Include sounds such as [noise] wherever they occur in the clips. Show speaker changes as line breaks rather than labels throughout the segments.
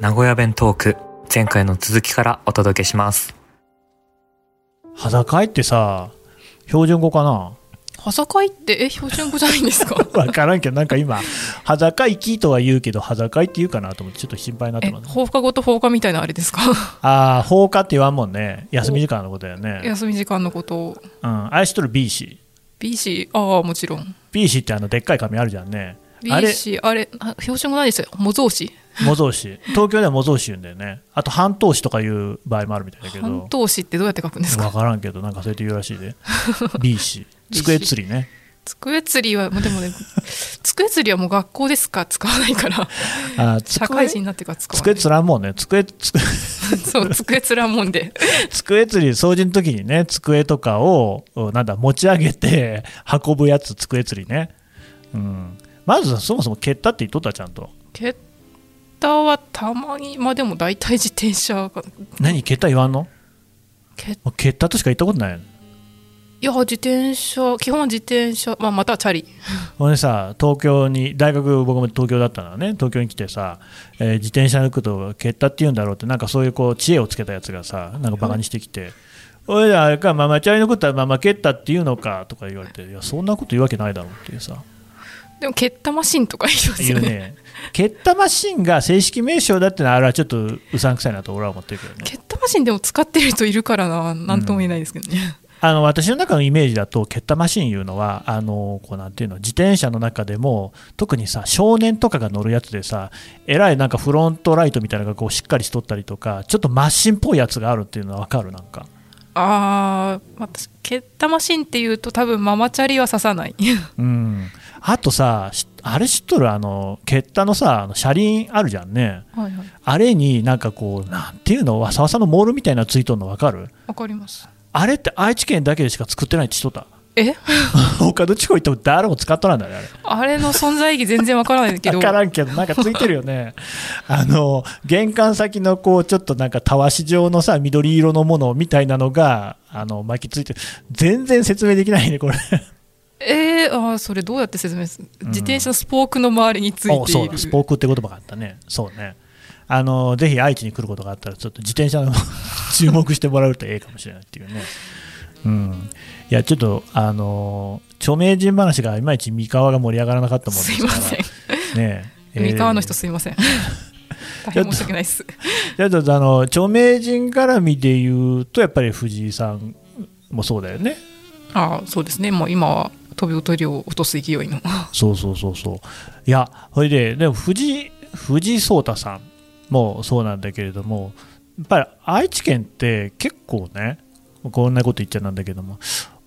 名古屋弁トーク、前回の続きからお届けします。
裸絵ってさ標準語かな
裸いってえ標準語じゃないんですか
[laughs] 分からんけどなんか今裸いきとは言うけど裸いって言うかなと思ってちょっと心配になって
え
ます
放課後と放課みたいなあれですか
ああ放課って言わんもんね休み時間のことだよね
休み時間のことを
うん愛しとる B 氏
BC ああもちろん
B 氏ってあのでっかい紙あるじゃんねあれ
BC あれあ標準語何でしたよ模造紙
模造紙東京では模造紙言うんだよねあと半透紙とかいう場合もあるみたいだけど
半島紙ってどうやって書くんですか
分からんけどなんかそうやって言うらしいで B
[laughs]
氏机釣りね
机釣りはもうでもね机釣りはもう学校ですか使わないから
あー机
社会人になってから使わな
机
い
釣らんもんね机机
[laughs] そう机釣らんもんで
机釣り掃除の時にね机とかをうんなんだ持ち上げて [laughs] 運ぶやつ机釣りね、うん、まずそもそも蹴ったって言っとったちゃんと
蹴ったはたまにまあでも大体自転車が
何蹴った言わんの
蹴っ
もう蹴ったとしか言ったことない
いや自転車基本は自転車、まあ、またはチャリ
俺さ東京に大学僕も東京だったのね東京に来てさ、えー自転車のことを蹴ったって言うんだろうってなんかそういうこう知恵をつけたやつがさなんかバカにしてきて「おいあれかママチャリのことはママ蹴ったって言うのか」とか言われて「いやそんなこと言うわけないだろ」うっていうさ
でも蹴ったマシンとか言います
いう
よね
ね、蹴ったマシンが正式名称だってのは、あれはちょっとうさんくさいなと俺は思ってるけどね、
蹴ったマシンでも使ってる人いるからななんとも言えないですけどね、
あの私の中のイメージだと、蹴ったマシンいうのは、あのこうなんていうの、自転車の中でも、特にさ、少年とかが乗るやつでさ、えらいなんかフロントライトみたいなのがこうしっかりしとったりとか、ちょっとマシンっぽいやつがあるっていうのは分かる、なんか、
ああ私蹴ったマシンっていうと多分ママチャリは刺さない
うん、あとさ、しあれ知っとる、あの蹴ったのさ、あの車輪あるじゃんね、
はいはい
あれになんかこう、なんていうの、わさわさのモールみたいなのついとんの分かる
わかります
あれって愛知県だけでしか作ってないって人 [laughs] だ。
え
他の地方行っても誰も使っとらんだね、あれ。
あれの存在意義全然わからないけど
わからんけど、なんかついてるよね。 [laughs] あの、玄関先のこう、ちょっとなんかたわし状のさ、緑色のものみたいなのが、あの、巻きついてる。全然説明できないね、これ。
えー、あーそれどうやって説明する、
ん
自転車のスポークの周りについてい
お
る
そうだ、スポークって言葉があったね。そうね。あの、ぜひ愛知に来ることがあったら、ちょっと自転車の [laughs] 注目してもらうとええかもしれないっていうね。うん。いや、ちょっと、あの、著名人話がいまいち三河が盛り上がらなかったもんです
す
か
いま
ら。
せん、
ねえ
三河の人
え
すいま [laughs] せん大変申し訳ないです
ーだとあの著名人絡みで言うとやっぱり藤井さんもそうだよね
ああそうですねもう今は飛び踊りを落とす勢いの
そうそうそうそういやそれででも藤井藤井聡太さんもそうなんだけれどもやっぱり愛知県って結構ねこんなこと言っちゃなんだけども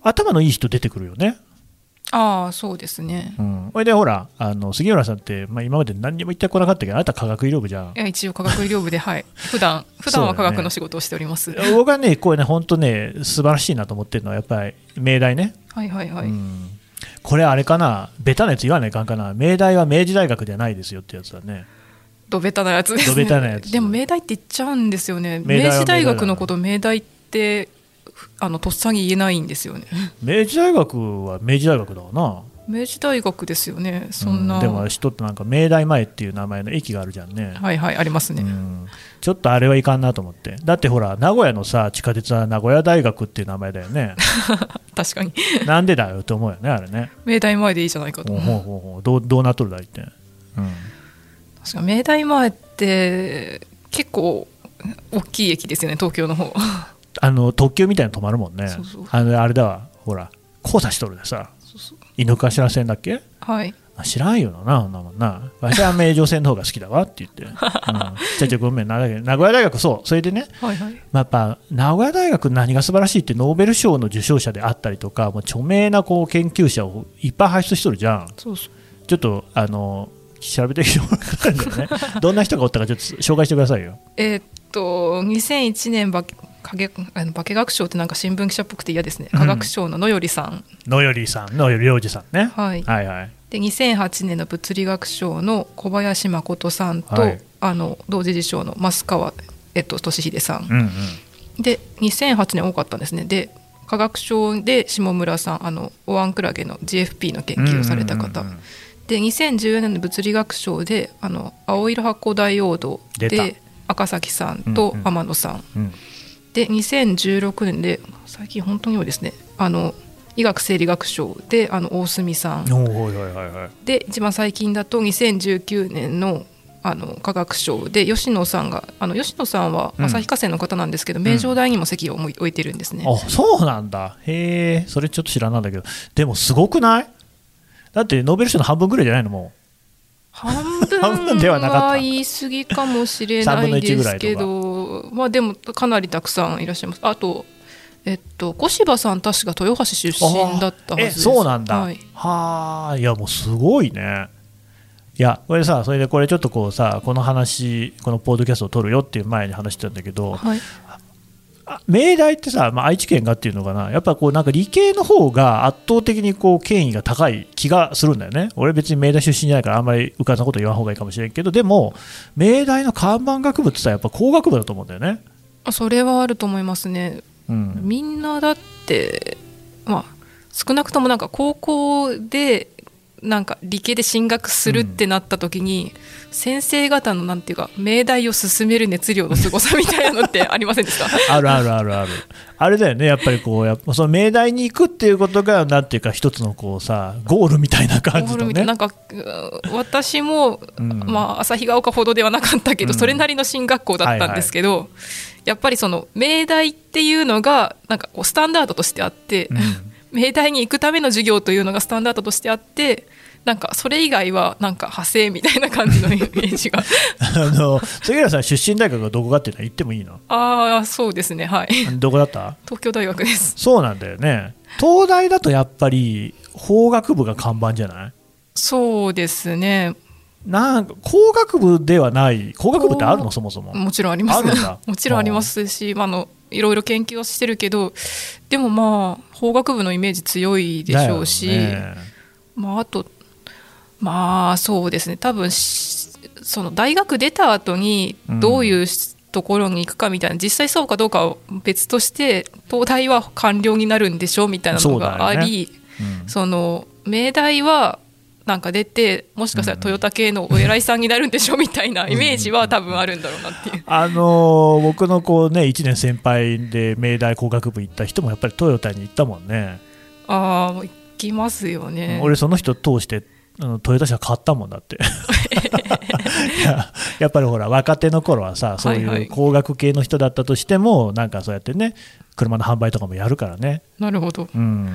頭のいい人出てくるよね
[laughs] ああそうですね
うんそれでほらあの杉浦さんって、まあ、今まで何にも言ってこなかったけどあなた科学医療部じゃん
いや一応科学医療部
[laughs]
ではい普段普段は科学の仕事をしております、
僕はねこれね本当ね素晴らしいなと思ってるのはやっぱり命題ね
はいはいはい、
うんこれあれかなベタなやつ言わないかんかな明大は明治大学じゃないですよってやつだね
ドベタなやつです、ね、
ドベタなやつ
[laughs] でも明大って言っちゃうんですよね
明
明
大は
治大学のこと明大ってふあのとっさに言えないんですよね
明治大学は明治大学だわな
明治大学ですよねそんな、
うでも人ってなんか明大前っていう名前の駅があるじゃんね、
はいはいありますね、
うんちょっとあれはいかんなと思ってだってほら名古屋のさ地下鉄は名古屋大学っていう名前だよ
[laughs]
ね
確かに
なんでだよって思うよねあれね
明大前でいいじゃないかと
ほうほうほうほうどうどうなっとるだいって、うん
確か明大前って結構大きい駅ですよね東京の方
あの特急みたいなの止まるもんね
そうそう
あのあれだわほら交差しとるでさ井の頭線だっけ
はい
あ知らんよな、そんなもんな。わしは名城線の方が好きだわって言って。うん、ちゃちゃごめんな、名古屋大学、そう、それでね、
はいはい
まあ、やっぱ名古屋大学、何が素晴らしいって、ノーベル賞の受賞者であったりとか、もう著名なこう研究者をいっぱい輩出しとるじゃん。
そうそう
ちょっと、あの、調べてきてもらったんだよ
[laughs]
ね。どんな人がおったか、ちょっと紹介してくださいよ。
えーっと2001年化けあの化学賞ってなんか新聞記者っぽくて嫌ですね
うん
化学賞の野よりさん、
野よりさん、野より良二さんね。
はい
はいはい。
で2008年の物理学賞の小林誠さんと、
はい
あの同時受賞の増川、えっと、俊秀さん
うんうん。
で2008年多かったんですねで科学賞で下村さんあのオワンクラゲの GFP の研究をされた方、
うんうんうんうん
で2014年の物理学賞であの青色発光ダイオード
出た
で赤崎さんと
うんうん
天野さん
うん
で2016年で最近本当に多いですねあの医学生理学賞であの大隅さん
おーはいはいはいはい
で一番最近だと2019年のあの科学賞で吉野さんがあの吉野さんは
うん
旭化成の方なんですけど、名城大にも席を置い置いてるんですね。
あそうなんだへえそれちょっと知らなんだけどでもすごくないだってノーベル賞の半分ぐらいじゃないのも
半分
半分ではなかった
は言い過ぎかもしれな
3分の
い
1ぐ
で
らいとか
すけど、まあ、でもかなりたくさんいらっしゃいます。あと、えっと、小柴さん、確か豊橋出
う
身だったはずです。
えそうなんだ
はい、
はあ、い、やもうすごいねいやこれさそれでこれちょっとこうさこの話このポッドキャストを撮るよっていう前に話してたんだけど、
はい
あ明大ってさ、まあ、愛知県がっていうのかなやっぱこうなんか理系の方が圧倒的にこう権威が高い気がするんだよね俺別に明大出身じゃないからあんまり浮かんだこと言わん方がいいかもしれんけどでも明大の看板学部ってさやっぱ工学部だと思うんだよね、
あそれはあると思いますね。
うん、
みんなだって、まあ、少なくともなんか高校でなんか理系で進学するってなった時に、先生方のなんていうか命題を進める熱量のすごさみたいなのってありませんでした
あるあるあるあるあれだよねやっぱりこうやっぱその明大に行くっていうことがなんていうか一つのこうさゴールみたいな [laughs] 感
ゴ
じ
ール
の
みたい
ね
ななんかうん私も、
うん
まあ、旭ヶ丘ほどではなかったけど、
うん
それなりの進学校だったんですけど、やっぱりその命題っていうのがなんかこうスタンダードとしてあって、明大に行くための授業というのがスタンダードとしてあってなんかそれ以外はなんか派生みたいな感じのイメージ
[laughs]
が
あの杉浦さん出身大学がどこかっていうのは言ってもいいの
ああそうですねはい
どこだった
東京大学です
そうなんだよね東大だとやっぱり法学部が看板じゃない
そうですね
なんか工学部ではない工学部ってあるの
工
そもそも
もちろんあります
あるんだ
[laughs] もちろんありますしまああのいろいろ研究はしてるけどでもまあ法学部のイメージ強いでしょうし、
だよね
まあ、あとまあそうですね多分しその大学出た後に
うん
どういうしところに行くかみたいな、実際そうかどうかは別として東大は官僚になるんでしょみたいなのがありそ,、
うん
の明大はなんか出てもしかしたらトヨタ系のお偉いさんになるんでしょみたいなイメージは多分あるんだろうな
[laughs]
っていう。
あのー僕のこうね1年先輩で明大工学部行った人もやっぱりトヨタに行ったもんね、
ああもう行きますよね。
俺その人通してあのトヨタ車買ったもんだって
[laughs]
いややっぱりほら若手の頃はさそう
はい
い
は
う
い
工学系の人だったとしても、なんかそうやってね車の販売とかもやるからね、
なるほど。
うん、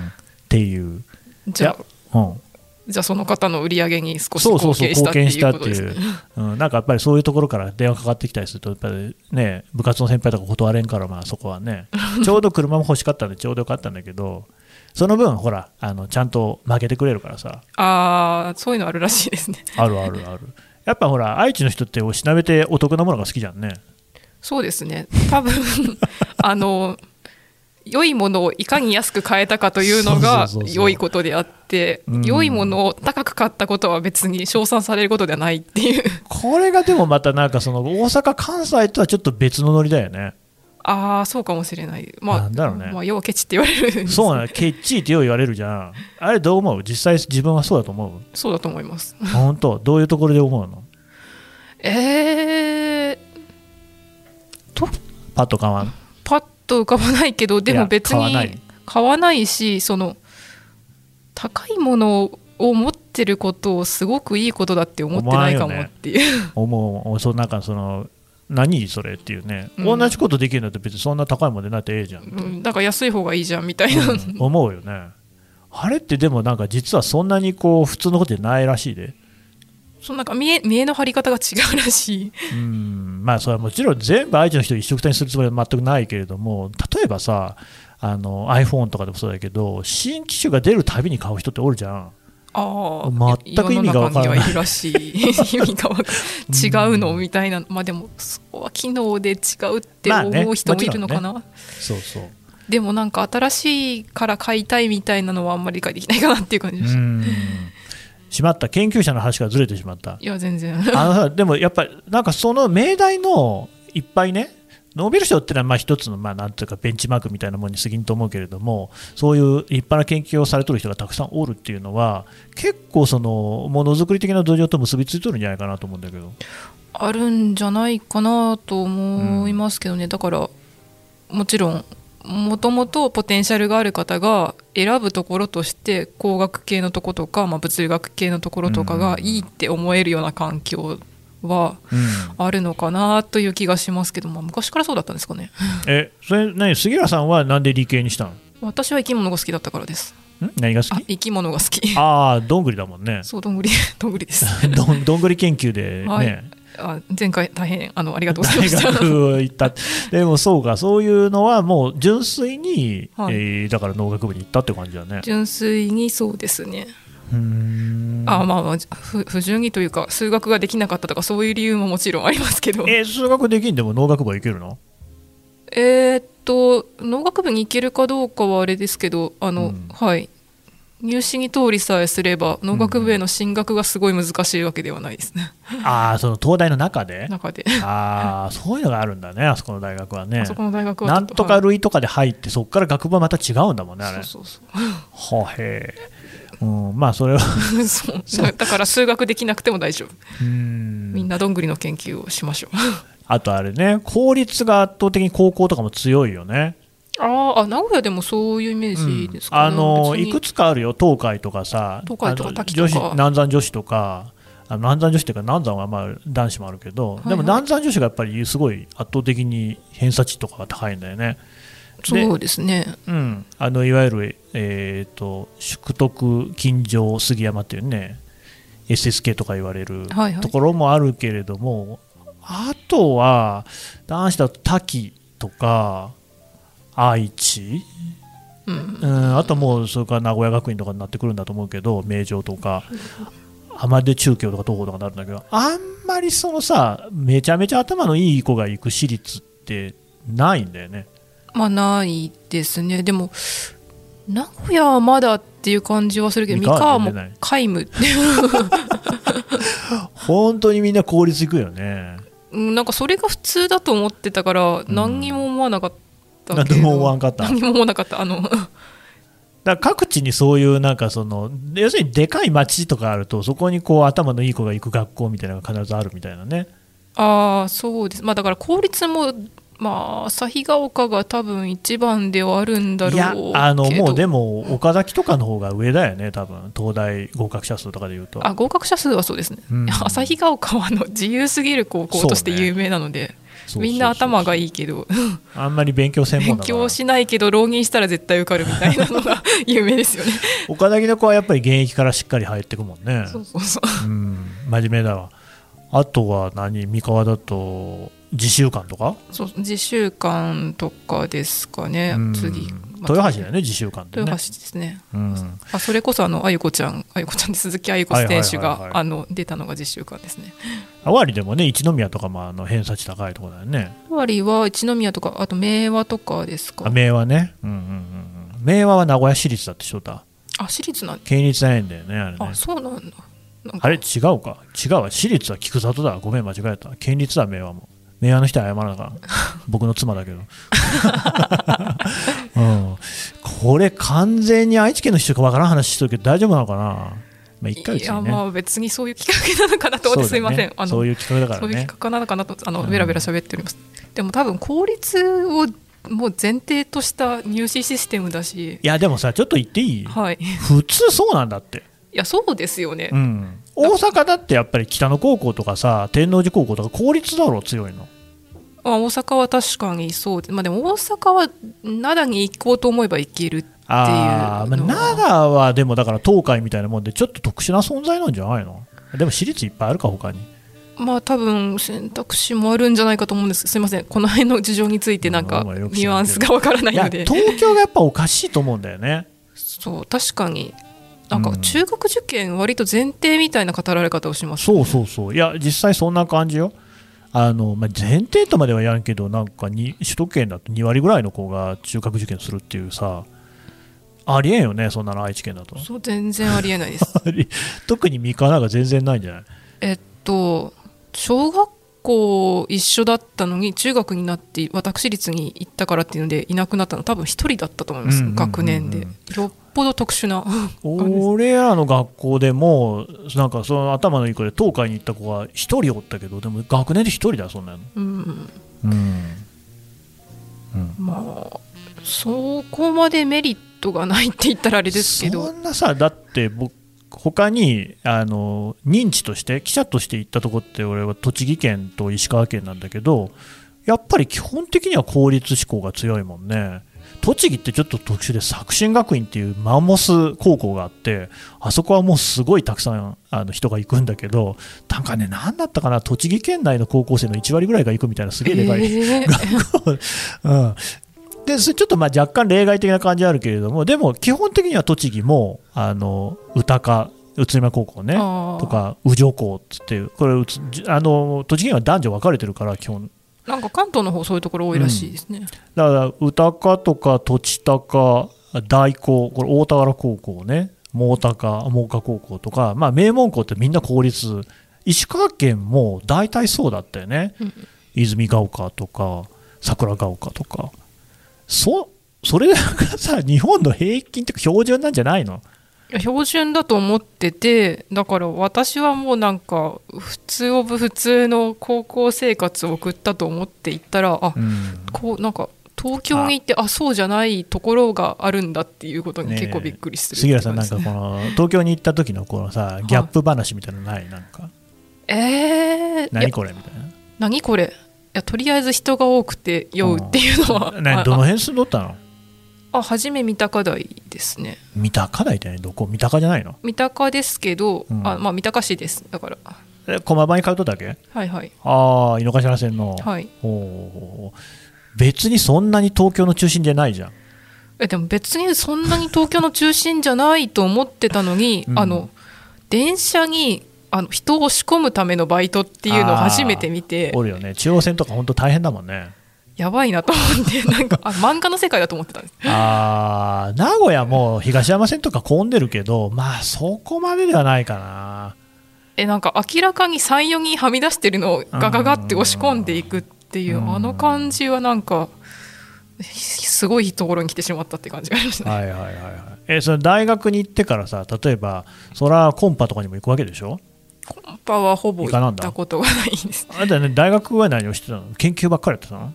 っていう
じ
い
ゃあ
やうん、
じゃあその方の売り上げに少し
そうそう
貢
そう
献した
貢
ってい
献した
うこ
っ
と
てい
ですね
う。、
[laughs]
うん、なんかやっぱりそういうところから電話かかってきたりするとやっぱりね部活の先輩とか断れんからまあそこは
[laughs]
ねちょうど車も欲しかったんでちょうどよかったんだけどその分ほらあのちゃんと負けてくれるからさ
ああそういうのあるらしいですね
あるあるあるやっぱほら愛知の人っておしなべてお得なものが好きじゃんね
そうですね多分 [laughs] あの良いものをいかに安く買えたかというのが
そうそうそうそう
良いことであって
うん
良いものを高く買ったことは別に称賛されることではないっ
[laughs]
ていう
これがでもまたなんかその大阪関西とはちょっと別のノリだよね
ああそうかもしれないまあ
なんだろうね
まあ、要はケチって言われる
そう
う
なのケッチーってよう言われるじゃんあれどう思う実際自分はそうだと思う
[laughs] そうだと思います
本当どういうところで思うの
えー、
パッと変わん
パッと浮かばないけどで
いや
も別
買わない
に買わないしその高いものを持ってることをすごくいいことだって思ってないかもっていう
思う思うそうなんかその何それっていうね、
うん
同じことできるんだって別にそんな高いもんでなってええじゃん、
うんだから安い方がいいじゃんみたいな、
思うよねあれってでもなんか実はそんなにこう普通のことじゃないらしいで
そのなんか見え見えの張り方が違うらしい
[laughs] うんまあそれはもちろん全部愛知の人を一緒くたにするつもりは全くないけれども例えばさあの iPhone とかでもそうだけど新機種が出るたびに買う人っておるじゃん
ああ
全く意味がわからない
世の中にはいるらし
[laughs]
い意味がわか違うのみたいなまあでもそこは機能で違うって
まあね
思う人もいるのかな、
そうそう
でもなんか新しいから買いたいみたいなのはあんまり理解できないかなっていう感じ
う
でした、
んしまった研究者の話がずれてしまった
いや全然
あのさでもやっぱりなんかその命題のいっぱいねノーベル賞ってのはまあ一つのまあなんていうかベンチマークみたいなものに過ぎんと思うけれどもそういう立派な研究をされてる人がたくさんおるっていうのは結構そのものづくり的な土壌と結びついとるんじゃないかなと思うんだけど
あるんじゃないかなと思いますけどね、だからもちろんもともとポテンシャルがある方が選ぶところとして工学系のとことか、まあ、物理学系のところとかがいいって思えるような環境はあるのかなという気がしますけど、まあ、昔からそうだったんで
[laughs]
すかね
えそれ何杉浦さんはなんで理系にしたのん
私は生き物が好きだったからです
何が好
あ
き
生き物が好き
ああどんぐりだもんね
[laughs] そうどんぐり [laughs] どんぐりです
[laughs] どんどんぐり研究でね、
はいあ前回大変あのありがとうございま
[laughs] 大
した
学行ったでもそうかそういうのはもう純粋に、
はい
えーだから農学部に行ったって感じだね
[laughs] 純粋にそうですね、
うーん
あまあまあ不不純にというか数学ができなかったとかそういう理由ももちろんありますけどえ
えー数学できんでも農学部は行けるの
ーっと農学部に行けるかどうかはあれですけどあ
う
の、
ん
はい入試に通りさえすれば農学部への進学がすごい難しいわけではないですね、
ああその東大の中で
中で、
ああそういうのがあるんだねあそこの大学はね
[laughs] あそこの大学はち
な
ょっ
んとか
はい
類とかで入ってそこから学部はまた違うんだもんねあれ
そうそう
ほへえうんまあそれは
そうそう [laughs] だだから数学できなくても大丈夫
うん
みんなどんぐりの研究をし
[laughs]
ましょう
あとあれね公立が圧倒的に高校とかも強いよね
あーあ名古屋でもそういうイメージですか、ね
あの
別に
いくつかあるよ、東海とかさ、
東海とか
あの
滝
女
とか
子南山女子とか、あの南山女子というか、南山はまあ男子もあるけど、
い
でも南山女子がやっぱりすごい圧倒的に偏差値とかが高いんだよね。で
そうですね
うん、あのいわゆる、えー、と宿徳、金城、杉山っていうね、SSK とか言われる
はいはい
ところもあるけれども、あとは、男子だと滝とか、愛知、
うん
うん、あともうそれから名古屋学院とかになってくるんだと思うけど名城とか浜で中京とか東方とかになるんだけどあんまりそのさめちゃめちゃ頭のいい子が行く私立ってないんだよね
まあないですねでも名古屋はまだっていう感じはするけど
三河
三河
は出
も
てない
皆無って
本当にみんな公立行くよね
うん [laughs] なんかそれが普通だと思ってたから何にも思わなかったけど
何も思わんかった
何にも思わなかったあの [laughs]
だから各地にそういうなんかその要するにでかい町とかあるとそこにこう頭のいい子が行く学校みたいなのが必ずあるみたいなね
ああそうですまあだから公立もまあ旭ヶ丘が多分一番ではあるんだろう
い
け
や
ど
あのもうでも岡崎とかの方が上だよね多分東大合格者数とかでいうと
あ合格者数はそうですね
うん
[laughs] 旭ヶ丘はあの自由すぎる高校として
そうね
有名なので、
そうそうそう
みんな頭がいいけど
あんまり勉強専門
勉
だから
強しないけど浪人したら絶対受かるみたいなの [laughs] が有名ですよね。
岡崎の子はやっぱり現役からしっかり入ってくもんね
そうそうそう
うん真面目だわあとは何三河だと自習館とか、
そう自習館とかですかね
うん
次、まあ
豊橋だよね自習館ってね
豊橋ですね
うん
あそれこそあのあゆこちゃんあゆこちゃんで鈴木あゆこ
はいはい
選
はい
手
はい
があの出たのが実習館ですね。
尾張でもね一宮とかもあの偏差値高いとこだよね
終わりは一宮とかあと明和とかです
あ
か
明和ねうんうんうんうん明和は名古屋市立だってしょた
あ私立なん
県立じゃないんだよねあれね
あそうなんだなんか
あれ違うか違うわ私立は菊里だごめん間違えた県立は明和も明和の人は謝らなあかん僕の妻だけど、 [laughs] うん、これ完全に愛知県の人かわからん話しとるけど大丈夫なのかな、まあ、一回
い
別
や
にね
まあ別にそういう企画なのかなと思ってす
そう
い
だよね
ませんあの
そういう企画だか
そう
ら
いう
ね
企画なのかなとあの
うん
ベラベラ喋っております、でも多分効率をもう前提とした入試システムだし
いやでもさちょっと言っていい
はいい
普通そうなんだって、
やそうですよね、
うん、大阪だってやっぱり北野高校とかさ天王寺高校とか公立だろ強いの
まあ、大阪は確かにそうで,、まあ、でも大阪は灘に行こうと思えば行けるっていうの
あーまあ、
は
奈良はでもだから東海みたいなもんでちょっと特殊な存在なんじゃないのでも私立いっぱいあるか他に
まあ多分選択肢もあるんじゃないかと思うんですすいませんこの辺の事情についてなん
ま
か
あまあよく知らんけど
ニュアンスがわからない
いや
ので
東京がやっぱおかしいと思うんだよね
そう確かになん
う
か
ん
中学受験割と前提みたいな語られ方をします、
そうそうそういや実際そんな感じよあの、まあ、前提とまではやんけどなんかに首都圏だと2割ぐらいの子が中学受験するっていうさありえんよねそんなの愛知県だと [laughs]
そう全然ありえないです
特に三河なんか全然ないんじゃない
えっと小学校一緒だったのに中学になって私立に行ったからっていうのでいなくなったの多分一人だったと思いま
うん
す、
うんうんうん
学年でよっぽど特殊な
俺らの学校でもなんかその頭のいい子で東海に行った子が一人おったけどでも学年で一人だよそんなの
うん
うん
まあそこまでメリットがないって言ったらあれですけ
そ
ど
んなさだって僕他にあの認知として記者として行ったとこって俺は栃木県と石川県なんだけどやっぱり基本的には公立志向が強いもんね栃木ってちょっと特殊で作新学院っていうマンモス高校があってあそこはもうすごいたくさんあの人が行くんだけどなんかね何だったかな栃木県内の高校生の1割ぐらいが行くみたいなすげえでかい、
えー
うん、でそれちょっとまあ若干例外的な感じはあるけれどもでも基本的には栃木もあの歌か宇都宮高校ね
あー
とか宇城校っつってこれうつあの栃木県は男女分かれてるから基本
[laughs] なんか関東の方そういうところ多いらしいですね、
だから歌かとか栃高大高これ大田原高校ね毛高毛華高校とか、まあ、名門校ってみんな公立石川県も大体そうだったよね、
うん
泉ヶ丘とか桜ヶ丘とかそそれがさ日本の平均っていうか標準なんじゃないの
いや標準だと思っててだから私はもうなんか普通オブ普通の高校生活を送ったと思って行ったらあ、こうなんか東京に行ってあそうじゃないところがあるんだっていうことに
ねえ
結構びっくりするって
杉
いう
浦さん
感じ
なん
です
か
ね
この東京に行った時のこのさギャップ話みたいなのないなんか
えー、いや
何これみたいな
何これいやとりあえず人が多くて酔うっていうのは、
何どの辺住んどったの
ああ初め三鷹台ですね
三鷹台ってねどこ三鷹じゃないの
三鷹ですけど、
うん
あまあ三鷹市ですだから
え駒場に通っとったわけ
はいはい
ああ井の頭線の、
はい
おー別にそんなに東京の中心じゃないじゃん
えでも別にそんなに東京の中心じゃないと思ってたのに、
うん
あの電車にあの人を押し込むためのバイトっていうのを初めて見て
おるよね中央線とか本当大変だもんね
やばいなと思
[laughs]
ってなんかあ漫画の世界だと思ってたんです
ああ名古屋も東山線とか混んでるけどまあそこまでではないかな
えなんか明らかに34人はみ出してるのをガガガって押し込んでいくっていう
うん
あの感じはなんかすごいところに来てしまったって感じがありましたね。
はいはいはいはいえその大学に行ってからさ例えばそらコンパとかにも行くわけでしょ
コンパはほぼ行ったことがないです。
あれだよね大学は何をしてたの研究ばっかりやってたの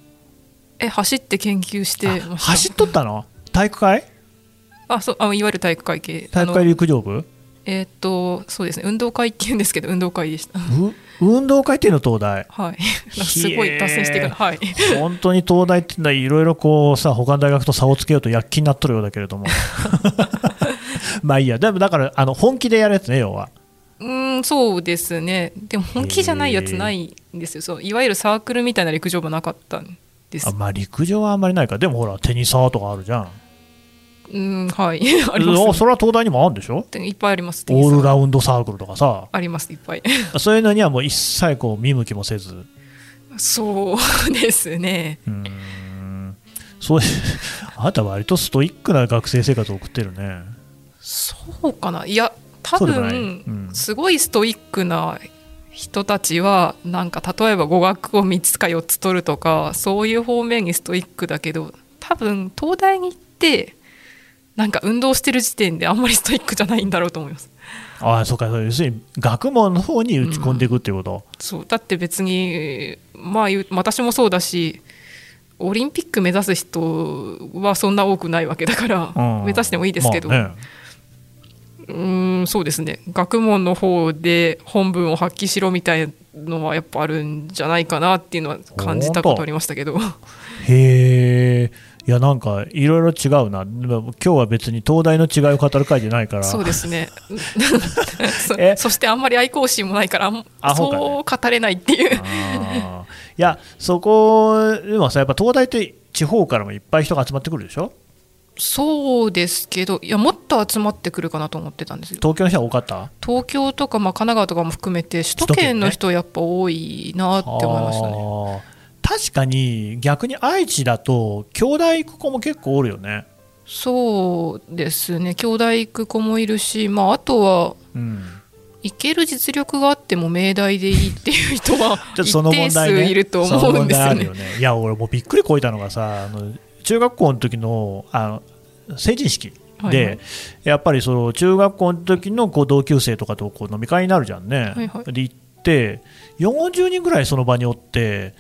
え走って研究してました
あ走っとったの体育会
あそうあのいわゆる体育会系
体育
あ
会
の
陸上部
えーっとそうですね運動会って言うんですけど運動会でした。
う運動会っていうの東大
はい。 [laughs] なんかすごい達成してからはい。
[laughs] 本当に東大ってのはいろいろこうさ他の大学と差をつけようと躍起になっとるようだけれど
[laughs]
もまあいいやでもだからあの本気でやるやつね要は
うーんそうですねでも本気じゃないやつないんですよそういわゆるサークルみたいな陸上部なかったんです
あまあ陸上はあんまりないからでもほらテニサーとかあるじゃん
うんはい [laughs] あります
おそれは東大にもあるんでしょ
でいっぱいありますテニ
オ
ス
ールラウンドサークルとかさ
ありますいっぱい
そういうのにはもう一切こう見向きもせず
そうですね
うーんそういう [laughs] あなた割とストイックな学生生活を送ってるね
そうかないや多
そうでもない
分、
うん
すごいストイックな人たちはなんか例えば語学を3つか4つ取るとかそういう方面にストイックだけど多分東大に行ってなんか運動してる時点であんまりストイックじゃないんだろうと思います
ああそうかそう要するに学問の方に打ち込んでいくっていうこと、
そうだって別にまあ言う私もそうだしオリンピック目指す人はそんな多くないわけだから、
うん
目指してもいいですけど、
まあね
うーんそうですね学問の方で本文を発揮しろみたいのはやっぱあるんじゃないかなっていうのは感じたことありましたけど
へえ。いやなんかいろいろ違うな。でも今日は別に東大の違いを語る会じゃないから。
[laughs] そうですねそ
[laughs] え
そしてあんまり愛好心もないからあん
アホかね
そう語れないっていう [laughs]
あーいやそこでもさやっぱ東大って地方からもいっぱい人が集まってくるでしょ。
そうですけどいやもっと集まってくるかなと思ってたんですよ
東京の人は多かった。
東京とかまあ神奈川とかも含めて首都圏の人やっぱ多いなって思いましたね
あー確かに逆に愛知だと兄弟行く子も結構おるよね。
そうですね兄弟行く子もいるしまああとは
うん。
行ける実力があっても命題でいいっ
[laughs]
ていう人は
ちょっと
一
その
定
問題
数
ね
いると
その
思うん
問
です
題
よ
あ
ね
るよねいや俺もうびっくりこいたのがさあの中学校の時のあの成人式で、
はいはい
やっぱりその中学校の時のこう同級生とかとこう飲み会になるじゃんね、
はいはい
で行って40人ぐらいその場におって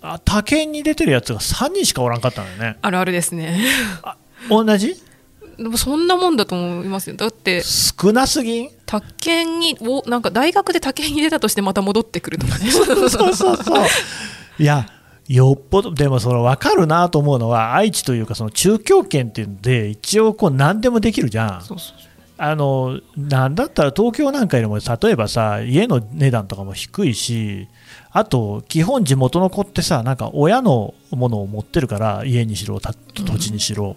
あ他県に出てるやつが3人しかおらんかったのよね
あるあるですね
同じ
でもそんなもんだと思いますよだって
少なすぎん
宅建におなんか大学で宅建に出たとしてまた戻ってくるとか
[laughs]
ね
そうそうそういやよっぽどでもその分かるなと思うのは愛知というかその中京圏っていうので一応こう何でもできるじゃん
そうそうそう
あのなんだったら東京なんかよりも例えばさ家の値段とかも低いしあと基本地元の子ってさなんか親のものを持ってるから家にしろた土地にしろ、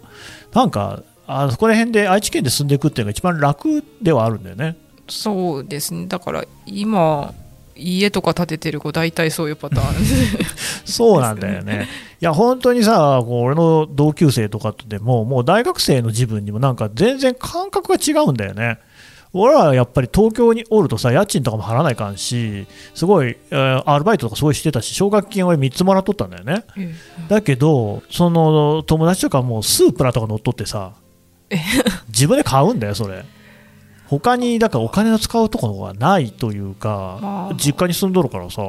なんかあそこら辺で愛知県で住んでいくっていうのが一番楽ではあるんだよね
そうですねだから今家とか建ててる子大体そういうパターン
そうなんだよね [laughs] いや本当にさこう俺の同級生とかとでももう大学生の自分にもなんか全然感覚が違うんだよね俺はやっぱり東京におるとさ家賃とかも払わないかんしすごい、えーアルバイトとかすごいしてたし奨学金俺3つもらっとったんだよね [laughs]
え
だけどその友達とかもうスープラとか乗っとってさ
え [laughs]
自分で買うんだよそれ他にだからお金の使うところがないというか
まあ
実家に住んどるからさ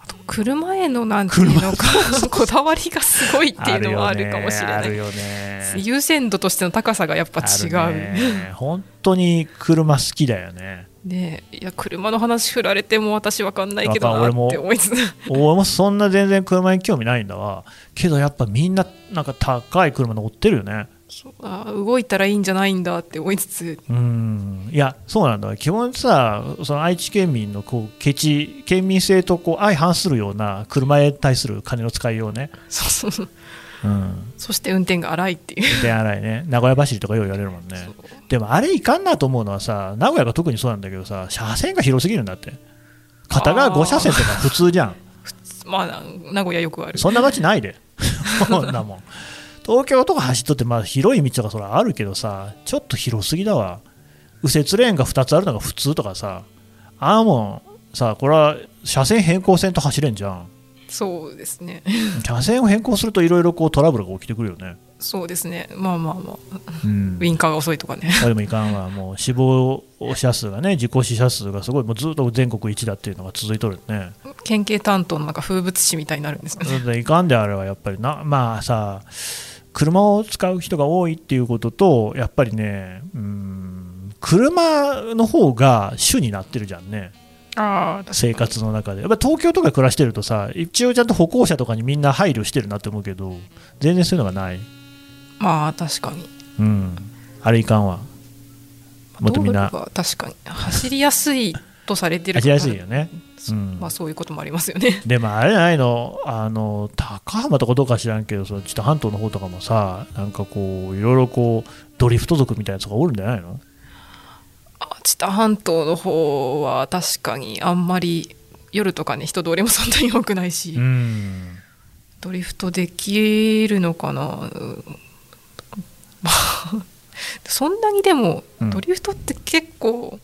あと車へのなんていうのか [laughs] こだわりがすごいっていうのはあるかもしれな
ある
い
よねあるよね
優先度としての高さがやっぱ違
ある
う
ね本当に車好きだよね
ねえいや車の話振られても私わかんないけど
わかん
な
俺も
って思いつつ [laughs]
俺もそんな全然車に興味ないんだわけどやっぱみんななんか高い車乗ってるよね
そうあー動いたらいいんじゃないんだって思いつつ
うんいやそうなんだ基本さその愛知県民のこうケチ県民性とこう相反するような車へ対する金の使いようね
そうそうそう
うん
そして運転が荒いっていう
手洗いね名古屋走りとかよう言われるもんねでもあれいかんなと思うのはさ名古屋が特にそうなんだけどさ車線が広すぎるんだって片側5車線とか普通じゃん
まあな名古屋よくある
そんな街ない [laughs] で、そんなもん。東京とか走っとって、まあ、広い道とかそれあるけどさ、ちょっと広すぎだわ。右折レーンが2つあるのが普通とかさ、ああもん、さ、これは車線変更線と走れんじゃん。
そうですね
車線を変更するといろいろトラブルが起きてくるよね。
そうですねまあまあまあ
うん
ウインカーが遅いとかね
あでもいかんわ、もう死亡者数がね、事故死者数がすごい、もうずっと全国一だっていうのが続いとるよね。
県警担当のなんか風物詩みたいになるんですよね
そうだいかんであれはやっぱりなまあさ車を使う人が多いっていうこととやっぱりねうん車の方が主になってるじゃんね
ああ
生活の中でやっぱ東京とか暮らしてるとさ一応ちゃんと歩行者とかにみんな配慮してるなって思うけど全然そういうのがない
まあ確かに
うんあれいかんわもっとみんな
道路が確かに走りやすいとされてる
味やすいよね
そ
うん
まあそういうこともありますよね
でもあれじゃないの、あの高浜とかどうか知らんけど、そのちょっと半島の方とかもさ、なんかこう、いろいろこう、ドリフト族みたいなやつがおるんじゃないの
あ知多半島の方は確かにあんまり夜とかね人通りもそんなに多くないし、
ん、
ドリフトできるのかなうんまあそんなにでも
うん
ドリフトって結構、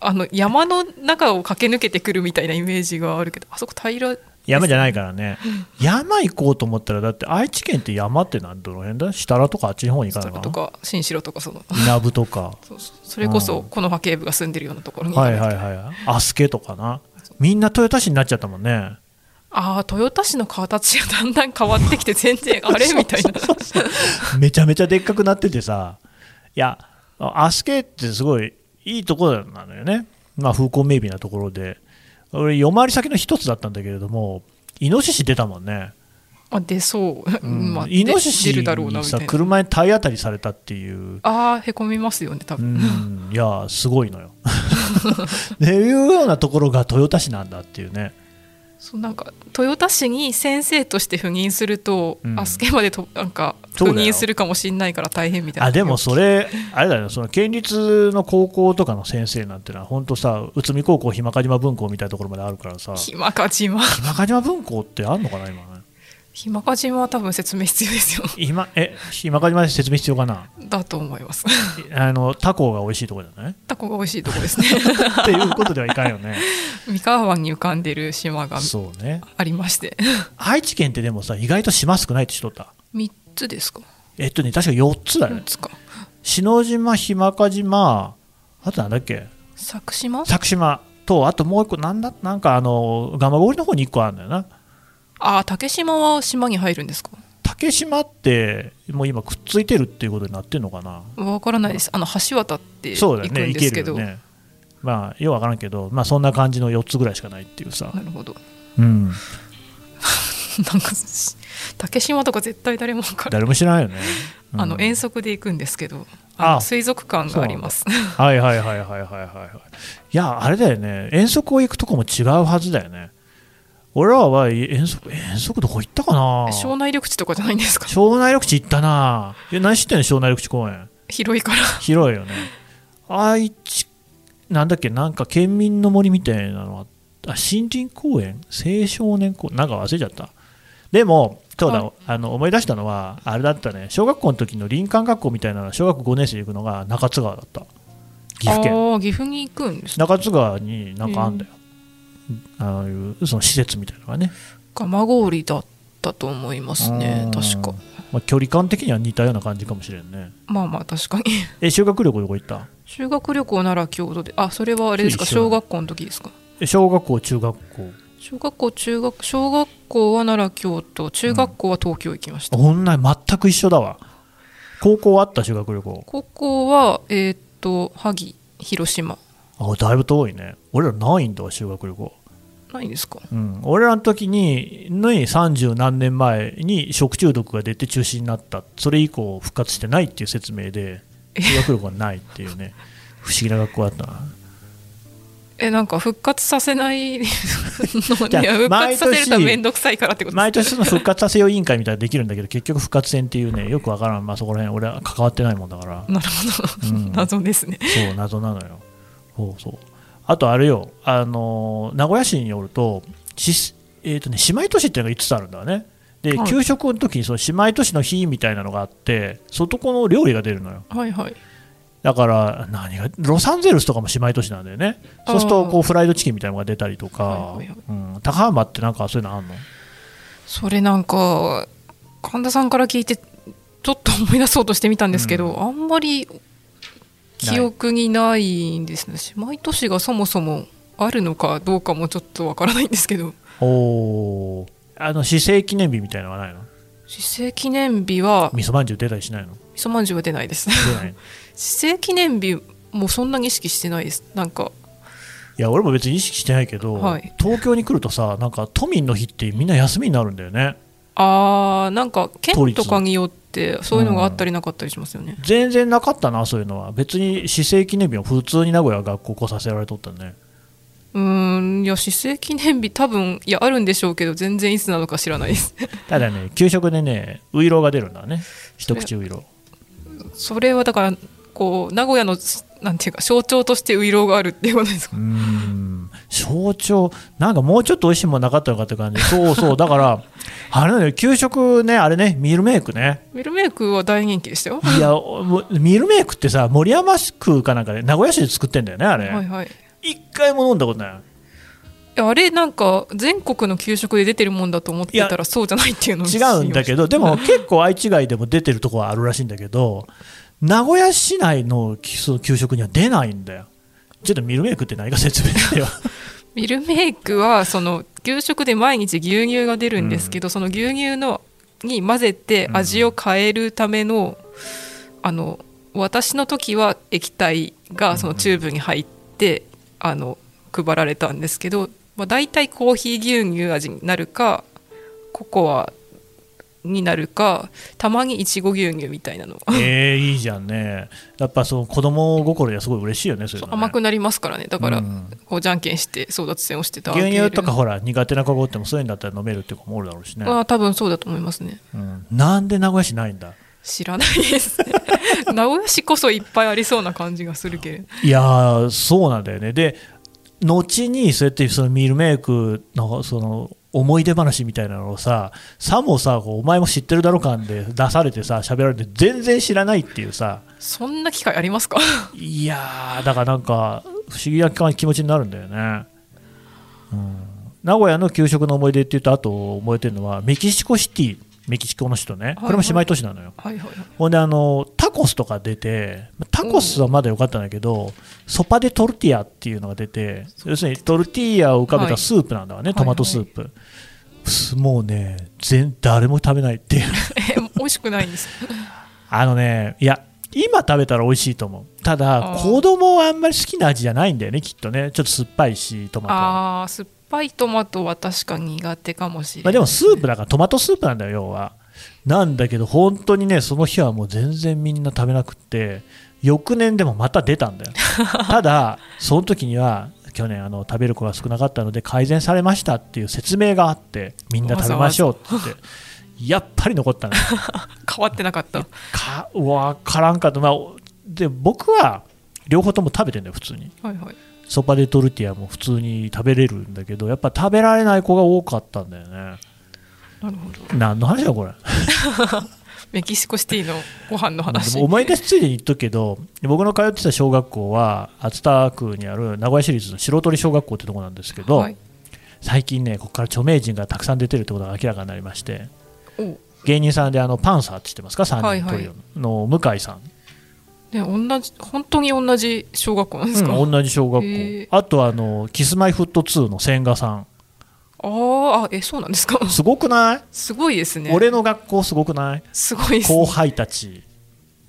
あの山の中を駆け抜けてくるみたいなイメージがあるけどあそこ平ら
山じゃないからね、山行こうと思ったら、だって愛知県って山ってなんどの辺だ設楽とかあっちの方に行かない
と
か
か新城とかその
な、稲部とか、
そうそうそれこ
う
そ
ん
この波形部が住んでるようなところに、
はいはいはい、飛鳥とかな、みんな豊田市になっちゃったもんね。
ああ豊田市の形がだんだん変わってきて全然 [laughs] あれみた
[laughs]
いな
めちゃめちゃでっかくなっててさいやあアスケってすごいいいところなのよねまあ風光明媚なところで俺夜回り先の一つだったんだけれどもイノシシ出たもんね、
[laughs] あ出そう、まあ、
イノシ
出
シ
るだろうな
に
み
さ
たいな
車に体当たりされたっていう
ああへこみますよね多
う
分、
んいやすごいのよ [laughs] っていうようなところが豊田市なんだっていうね
そうなんか豊田市に先生として赴任すると、
うん
あすけまでとなんか
そうだ
赴
よ
任するかもしれないから大変みたいな
あでもそれ、あれだよ、その県立の高校とかの先生なんてのは、本当さ、宇都宮高校、日間賀島分校みたいなところまであるからさ、
暇か島
中島文庫ってあんのかな今ね
ひまかじまは多分説明必要ですよ [laughs]
今え今からまで説明必要かな
だと思います [laughs]
あのタコが美味しいところじゃない
タコが美味しいとこで
[laughs]
すね
っていうことではいかんよ
[laughs]
ね
三河湾に浮かんでる島が
そうね
ありまして [laughs]
愛知県ってでもさ意外と島少ないって知っとった
3つですか
えっとね確か4つだよ、ね、
4つか
篠島日間賀島あとなんだっけ
佐久島
佐久島とあともう一個なんだなんかあの蒲郡の方に1個あるんだよな
ああ竹島は島に入るんですか
竹島ってもう今くっついてるっていうことになってるのかな
わからないですあの橋渡ってい
そう
く
だよね
ん
行
で
け
す
る
けど、
よねまあようわからんけど、まあ、そんな感じの4つぐらいしかないっていうさ
なるほど [laughs]
うん
なんか竹島とか絶対誰もわから
誰も知らないよね、うん
あの遠足で行くんですけど
あ
あの水族館があります
はいはいはいはいはいはいはいいやあれだよね遠足を行くとこも違うはずだよね俺らは遠足遠足どこ行ったかな
庄内緑地とかじゃないんですか [laughs]
庄内緑地行ったなえ何知ってんの庄内緑地公園
広いから
広いよね愛知なんだっけなんか県民の森みたいなのはあ森林公園青少年公園なんか忘れちゃったでもそうだ、
は
あの思い出したのはあれだったね小学校の時の林間学校みたいなの小学5年生で行くのが中津川だった岐阜県
ああ岐阜に行くんです
中津川になんかあんだよ、ああいうその施設みたいなのがね、
蒲郡だったと思いますね
うん
確か
まあ、距離感的には似たような感じかもしれんね
まあまあ確かに [laughs]
え修学旅行どこ行った
修学旅行なら京都であそれはあれですか
一緒だね
小学校の時ですか
え小学校中学校
小学校中学小学校は奈良京都中学校は東京行きました、
ほんな全く一緒だわ高校あった修学旅行
高校はえーっと萩広島
あだいぶ遠いね俺らないんだわ修学旅行
ないんですか
うん俺らの時にに30何年前に食中毒が出て中止になったそれ以降復活してないっていう説明で修学旅行がないっていうね [laughs] 不思議な学校だったな
えなんか復活させないの
じゃあ
ね復活させる
毎
と
年
面倒くさいからってこと
毎
で
年
す
その復活させよう委員会みたいなのできるんだけど結局復活戦っていうねよくわからん、まあ、そこら辺俺は関わってないもんだから
なるほど、
うん
謎ですね
そう謎なのよそうそうあとあれよあのー名古屋市によるとし、えーとね、姉妹都市っていうのが5つあるんだねで、
はい
給食の時にその姉妹都市の日みたいなのがあってそこの料理が出るのよ
はいはい
だから何がロサンゼルスとかも姉妹都市なんだよねそうすると
あー
こうフライドチキンみたいなのが出たりとか
はいはいはい、
うん、高浜ってなんかそういうのあんの
それなんか神田さんから聞いてちょっと思い出そうとしてみたんですけど、あんまり記憶にないんですね姉妹都市がそもそもあるのかどうかもちょっとわからないんですけど
おーあの市政記念日みたいなのはないの
市政記念日は
味噌まんじゅう出たりしないの
みそまんじゅうは出ないです
出ない
市政記念日もそんなに意識してないですなんか
いや俺も別に意識してないけど、
はい
東京に来るとさなんか都民の日ってみんな休みになるんだよね
あーなんか
都
県
立
とかによってそういうのがあったりなかったりしますよね、
全然なかったなそういうのは別に市政記念日も普通に名古屋は学校来させられとったね
うーんいや市政記念日多分いやあるんでしょうけど全然いつなのか知らないです [laughs]
ただね給食でねウイローが出るんだね一口ウイロー
それはだからこう名古屋のなんていうか象徴としてういろうがあるっていうことですか
うーん象徴なんかもうちょっと美味しいもんなかったのかって感じそうそうだから [laughs] あれなのよ給食ねあれねミルメイクね
ミルメイクは大人気でしたよ
いやおもうミルメイクってさ森山区かなんかで名古屋市で作ってんだよねあれ、
はいはいい
一回も飲んだことない
やあれなんか全国の給食で出てるもんだと思ってたらそうじゃないっていうのを
違うんだけど、で
も
も結構愛知外でも出てるとこはあるらしいんだけど、名古屋市内のきその給食には出ないんだよ。ちょっとミルメイクって何か説明して [laughs] よ。
ミルメイクはその給食で毎日牛乳が出るんですけど、その牛乳のに混ぜて味を変えるための、あの私の時は液体がそのチューブに入って、あの配られたんですけど、まあ、大体コーヒー牛乳味になるかココアになるかたまにいちご牛乳みたいなの
ええいいじゃんね。やっぱその子供心にはすごい嬉しいよね、それ、ね、
甘くなりますからねだから、
うん
こうじゃんけんして争奪戦をしてた
牛乳とか
アーケー
ほら苦手な子がおってもそういうんだったら飲めるって子もおるだろうしね
ド、は多分そうだと思いますね
うんなんで名古屋市ないんだ
知らないですね [laughs] 名古屋市こそいっぱいありそうな感じがするけれ
いやーそうなんだよねで後にそうやってそのミルメイクのその思い出話みたいなのをささもさこうお前も知ってるだろ感で出されてさ喋られて全然知らないっていうさ
そんな機会あります [laughs] か
いやーだからなんか不思議な気持ちになるんだよね。うん名古屋の給食の思い出っていうとあと覚えてるのはメキシコシティメキシコの人ね、これも姉妹都市なのよ、
はいはい、
ほんであのタコスとか出てタコスはまだ良かったんだけど、ソパでトルティーヤっていうのが出て要するにトルティーヤを浮かべたスープなんだわね、
はい
トマトスープ、もうね全誰も食べないっていう
[laughs]
[laughs]
え美味しくないん [laughs] です
あのねいや今食べたら美味しいと思うただ
あー
子供はあんまり好きな味じゃないんだよねきっとねちょっと酸っぱいしトマトは
あー酸っぱいトマトは確か苦手かもし
ま
れな
あ、
い
でもスープだからトマトスープなんだよ要はなんだけど本当にねその日はもう全然みんな食べなくって翌年でもまた出たんだよただその時には去年あの食べる子が少なかったので改善されましたっていう説明があってみんな食べましょうって言ってやっぱり残ったね
変わってなかった
かわからんかった、まあ、で僕は両方とも食べてんだよ普通に
はいはい
ソパでトルティアも普通に食べれるんだけどやっぱ食べられない子が多かったんだよね
なるほど
何の話だこれ
メキシコシティのご飯の
で
話
も思い出しついでに言っとくけど僕の通ってた小学校は熱田区にある名古屋市立の白鳥小学校ってとこなんですけど、
はい、
最近ねここから著名人がたくさん出てるってことが明らかになりまして
おね
芸人さんであのパンサーって知ってますか3人トリオのの向井さん、
同じ本当に同じ小学校なんですか、
うん同じ小学
へ
校
ー
あとあのキスマイフット2の千賀さん
あーあえそうなんです [laughs] か
すごくない、
すごいですね
俺の学校すごくない
すごいです
後
ね
輩たち、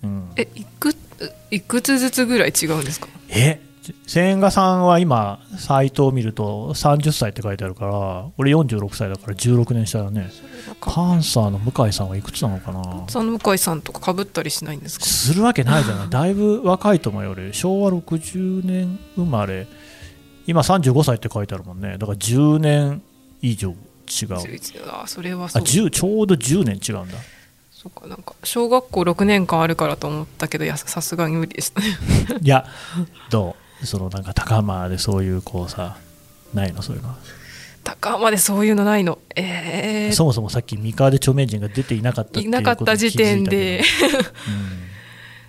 うん、
えいくいくつずつぐらい違うんですか
え千賀さんは今サイトを見ると30歳って書いてあるから俺46歳だから16年下だねパンサーの向井さんはいくつなのかな
その向井さんとかかぶったりしないんですか
するわけないじゃないだいぶ若いと思うよ俺昭和60年生まれ今35歳って書いてあるもんねだから10年以上違う
11あーそれは
あ
そう
10ちょうど10年違うんだ
そうかなんか小学校6年間あるからと思ったけどいやさすがに無理でしたね [laughs]
いやどうそのなんか高間でそういうこうさないのそういうのは
高までそういうのないのえー
そもそもさっき三河で著名人が出ていなかったってい
いう
こと
なかった時点
に
で
気づいたけ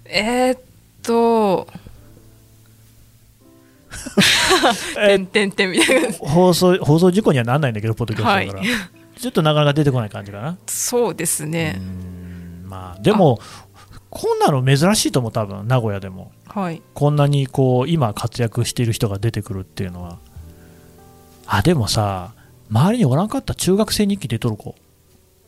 [laughs] えーっ
ど、
とて
え
んてんてんみたいな [laughs]
放送放送事故にはならないんだけどポッドキャ
は
ス
い
トだから、ちょっとなかなか出てこない感じかな、
そうですね、
うんまあ、でもこんなの珍しいと思う多分名古屋でも
はい
こんなにこう今活躍している人が出てくるっていうのはあでもさ周りにおらんかった中学生日記出とる子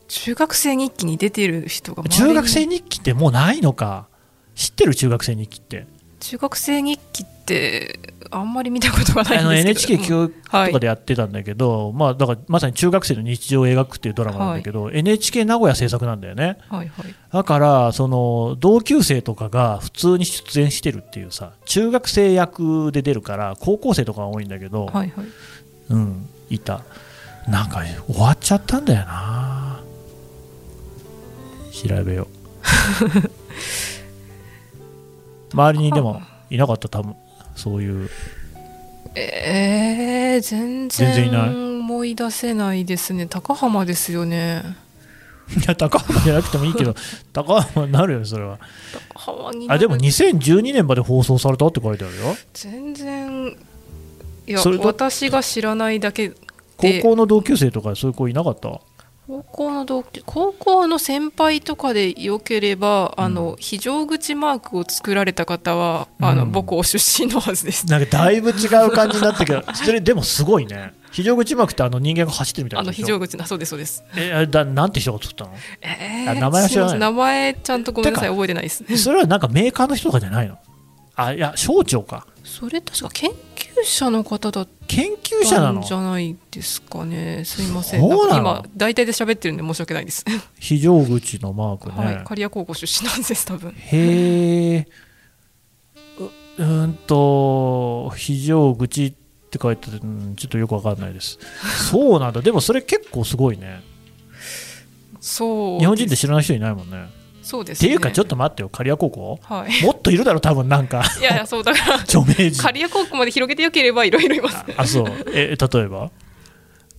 中学生日記に出てる人が周りに
中学生日記ってもうないのか知ってる中学生日記って
中学生日記ってあんまり見たことがない
あの
んですけ
NHK
ど
教育
は
と
い
かでやってたんだけど、まあ、だからまさに中学生の日常を描くっていうドラマなんだけど、NHK 名古屋制作なんだよね
はいはい
だからその同級生とかが普通に出演してるっていうさ中学生役で出るから高校生とかが多いんだけど、
はいはい
うんいたなんか終わっちゃったんだよな調べよ
[laughs]
う周りにでもいなかった多分そういう
えー、全
全然いない
然思い出せないですね高浜ですよね
いや高浜じゃなくてもいいけ
[laughs]
ど高浜になるよそれは
高浜になる
あでも2012年まで放送されたって書いてあるよ
全然いや
それだ
私が知らないだけで
高校の同級生とかそういう子いなかった
高校の同級高校の先輩とかでよければ、あの非常口マークを作られた方はあの、
うん
母校出身のはず
[laughs]
です
なんかだいぶ違う感じになったけど [laughs] それでもすごいね非常口幕ってあの人間が走ってるみたい
あ
な
の
ことで
非
しょ
常口なそうですそうです
えあれだなんて人が撮ったの
え
あ
ー、
名前は知らない
すません名前ちゃんとごめんなさい
てか
覚えてないです
それはなんかメーカーの人とかじゃないのあいや省庁か
それ確か研究者の方だっ
研究者
た
なの
んじゃないですかねすいません
そうなの
なんか今大体で喋ってるんで申し訳ないです、
非常口のマークね、
[laughs] はい刈谷高校出身なんです多分
へえううーんと非常口って書いてあるうんちょっとよくわかんないですそうなんだでもそれ結構すごいね
そう
日本人って知らない人いないもんね
そうで
っ
す、
て
ね、
いうかちょっと待ってよ刈谷高校
はい
もっといるだろ多分なんか [laughs]
いやいやそうだから
著名人
刈谷高校まで広げてよければいろいろいます
あそうえ例えば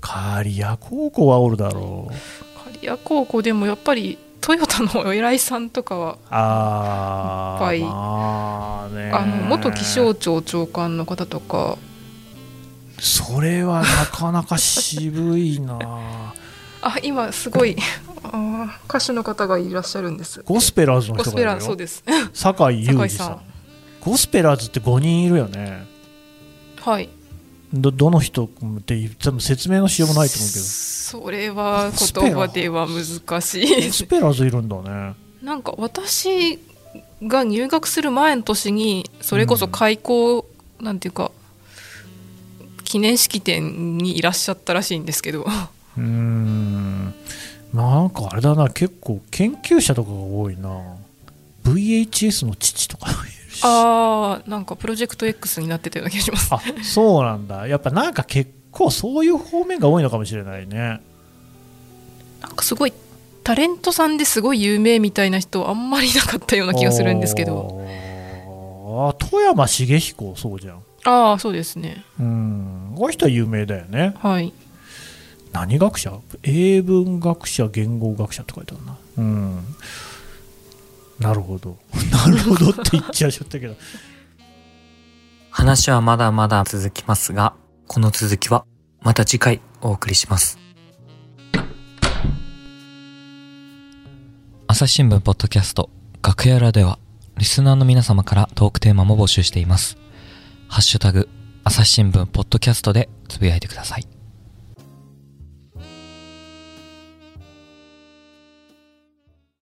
刈谷高校はおるだろう
刈谷高校でもやっぱりトヨタのお偉いさんとかは
ああ
いっぱい
まあね
あの元気象庁長官の方とか
それはなかなか渋いな [laughs]
あ今すごいあー歌手の方がいらっしゃるんです
ゴスペラーズの
ゴ
人が
ス
い
ペ
る
ラー
よ
そうです
酒井裕二さん
酒
ゴスペラーズって5人いるよね
はい
どどの人って多分説明のしようもないと思うけど
それは言葉では難しいで
ゴス
す
ペラーズいるんだね
[laughs] なんか私が入学する前の年にそれこそ開校、なんていうか記念式典にいらっしゃったらしいんです
[laughs]
けど
うーんまあなんかあれだな結構研究者とかが多いな VHS の父とかいるし
ああなんかプロジェクト X になってたような気がします
あそうなんだやっぱなんか結構そういう方面が多いのかもしれないね
なんかすごいタレントさんですごい有名みたいな人あんまりいなかったような気がするんですけど
あー富山茂彦そうじゃん
ああそうですね
うんこの人は有名だよね
はい
何学者英文学者言語学者って書いてあるなうんなるほ
[laughs]
どなるほどって言っちゃいちゃったけど
話はまだまだ続きますが、この続きはまた次回お送りします。朝日新聞ポッドキャスト楽屋裏ではリスナーの皆様からトークテーマも募集しています。ハッシュタグ朝日新聞ポッドキャストでつぶやいてください。